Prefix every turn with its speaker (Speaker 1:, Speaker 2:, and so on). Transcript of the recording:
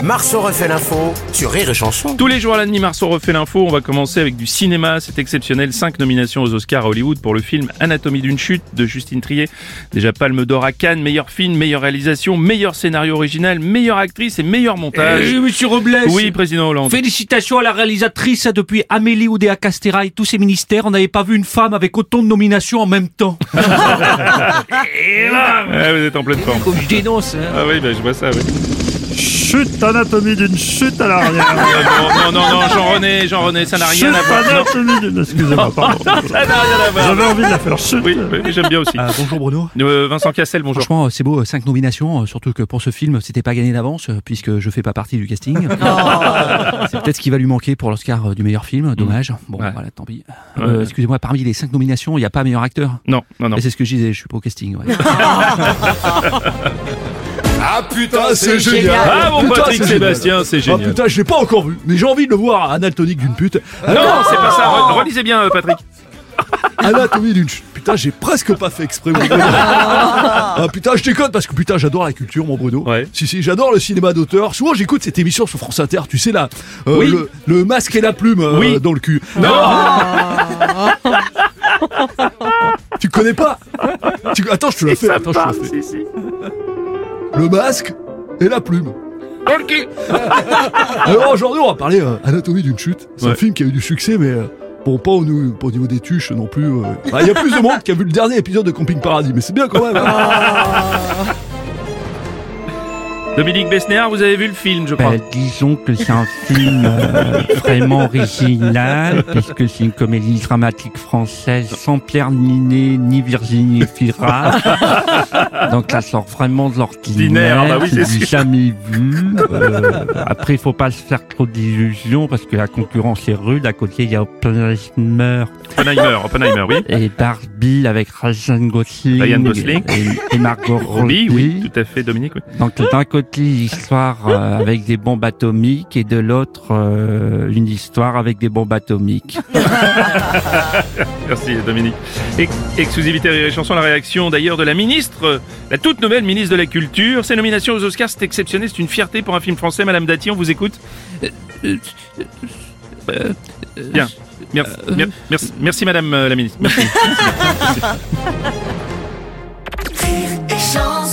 Speaker 1: Marceau refait l'info sur Rire et Chanson.
Speaker 2: Tous les jours à la demi Marceau refait l'info. On va commencer avec du cinéma. C'est exceptionnel. Cinq nominations aux Oscars à Hollywood pour le film Anatomie d'une chute de Justine Trier. Déjà palme d'or à Cannes, meilleur film, meilleure réalisation, meilleur scénario original, meilleure actrice et meilleur montage.
Speaker 3: Euh, monsieur Robles.
Speaker 2: Eh, Oui, président Hollande.
Speaker 3: Félicitations à la réalisatrice hein, depuis Amélie Oudéa Castera et tous ses ministères. On n'avait pas vu une femme avec autant de nominations en même temps.
Speaker 2: Ah, vous êtes en pleine forme.
Speaker 3: Comme je dénonce. hein.
Speaker 2: Ah oui, bah, je vois ça. oui.
Speaker 4: Chute anatomie d'une chute à l'arrière.
Speaker 2: Ah Non, non, non, non, Jean-René, Jean-René, ça n'a
Speaker 4: Chute
Speaker 2: rien à voir.
Speaker 4: anatomie d'une. Excusez-moi, pardon.
Speaker 2: Ça n'a rien à voir.
Speaker 4: J'avais envie de la faire chute.
Speaker 2: Oui, oui, j'aime bien aussi.
Speaker 3: Euh, bonjour Bruno.
Speaker 2: Euh, Vincent Cassel, bonjour.
Speaker 3: Franchement, euh, c'est beau, euh, cinq nominations, euh, surtout que pour ce film, c'était pas gagné d'avance, euh, puisque je fais pas partie du casting. Euh, c'est peut-être ce qui va lui manquer pour l'Oscar euh, du meilleur film, dommage. Bon,
Speaker 2: Mm. Ouais.
Speaker 3: voilà, tant pis. Euh, Excusez-moi, parmi les cinq nominations, il n'y a pas meilleur acteur
Speaker 2: Non, non, non.
Speaker 3: Et c'est ce que je disais, je suis pas au casting. ouais.
Speaker 5: Ah putain, c'est génial.
Speaker 2: Ah, mon
Speaker 5: Putain,
Speaker 2: Patrick
Speaker 5: c'est
Speaker 2: Sébastien, c'est
Speaker 5: Ah
Speaker 2: génial.
Speaker 5: putain, je l'ai pas encore vu, mais j'ai envie de le voir, Anatonique d'une pute. Hein,
Speaker 2: Non, c'est pas ça.
Speaker 3: Oh.
Speaker 2: Re- Relisez bien, euh, Patrick.
Speaker 5: Anatomie d'une chute. Putain, j'ai presque pas fait exprès. Mon Bruno. ah putain, je déconne parce que putain, j'adore la culture, mon Bruno.
Speaker 2: Ouais.
Speaker 5: Si si, j'adore le cinéma d'auteur. Souvent, j'écoute cette émission sur France Inter. Tu sais là, euh,
Speaker 2: Oui.
Speaker 5: le, le masque et la plume euh,
Speaker 2: Oui.
Speaker 5: dans le cul.
Speaker 2: Non,
Speaker 5: Tu connais pas Tu- Attends, je te la fais.
Speaker 2: ça
Speaker 5: Attends, je te la
Speaker 2: parle.
Speaker 5: fais.
Speaker 2: Bah, Si, si.
Speaker 5: Le masque et la plume. Alors aujourd'hui, on va parler euh, Anatomie d'une chute. C'est
Speaker 2: Ouais.
Speaker 5: un film qui a eu du succès, mais euh, bon, pas au, nou- pas au niveau des tuches non plus. euh. Ah, Il y a plus de monde qui a vu le dernier épisode de Camping Paradis, mais c'est bien quand même. hein.
Speaker 2: Dominique Besnéard, vous avez vu le film, je crois.
Speaker 6: Bah, disons que c'est un film euh, vraiment original, puisque c'est une comédie dramatique française sans Pierre Ninet ni Virginie Fira. Donc ça sort vraiment de
Speaker 2: Ordinaire,
Speaker 6: l'ordinaire,
Speaker 2: bah oui, c'est
Speaker 6: c'est du jamais vu. Euh, après, il faut pas se faire trop d'illusions, parce que la concurrence est rude. À côté, il y a Oppenheimer
Speaker 2: Oppenheimer, Oppenheimer, oui.
Speaker 6: et Barbie avec Ryan Gosling,
Speaker 2: Ryan Gosling.
Speaker 6: Et, et Margot
Speaker 2: Robbie,
Speaker 6: Robbie.
Speaker 2: oui, tout à fait, Dominique. Oui.
Speaker 6: Donc d'un côté l'histoire euh, avec des bombes atomiques et de l'autre euh, une histoire avec des bombes atomiques.
Speaker 2: Merci, Dominique. Ex- exclusivité Rire et Chanson, la réaction d'ailleurs de la ministre, euh, la toute nouvelle ministre de la Culture. Ses nominations aux Oscars, c'est exceptionnel, c'est une fierté pour un film français. Madame Dati, on vous écoute.
Speaker 5: Euh,
Speaker 2: Bien. Mer- mer- merci, merci, Madame euh, la ministre. Merci.
Speaker 7: et chanson.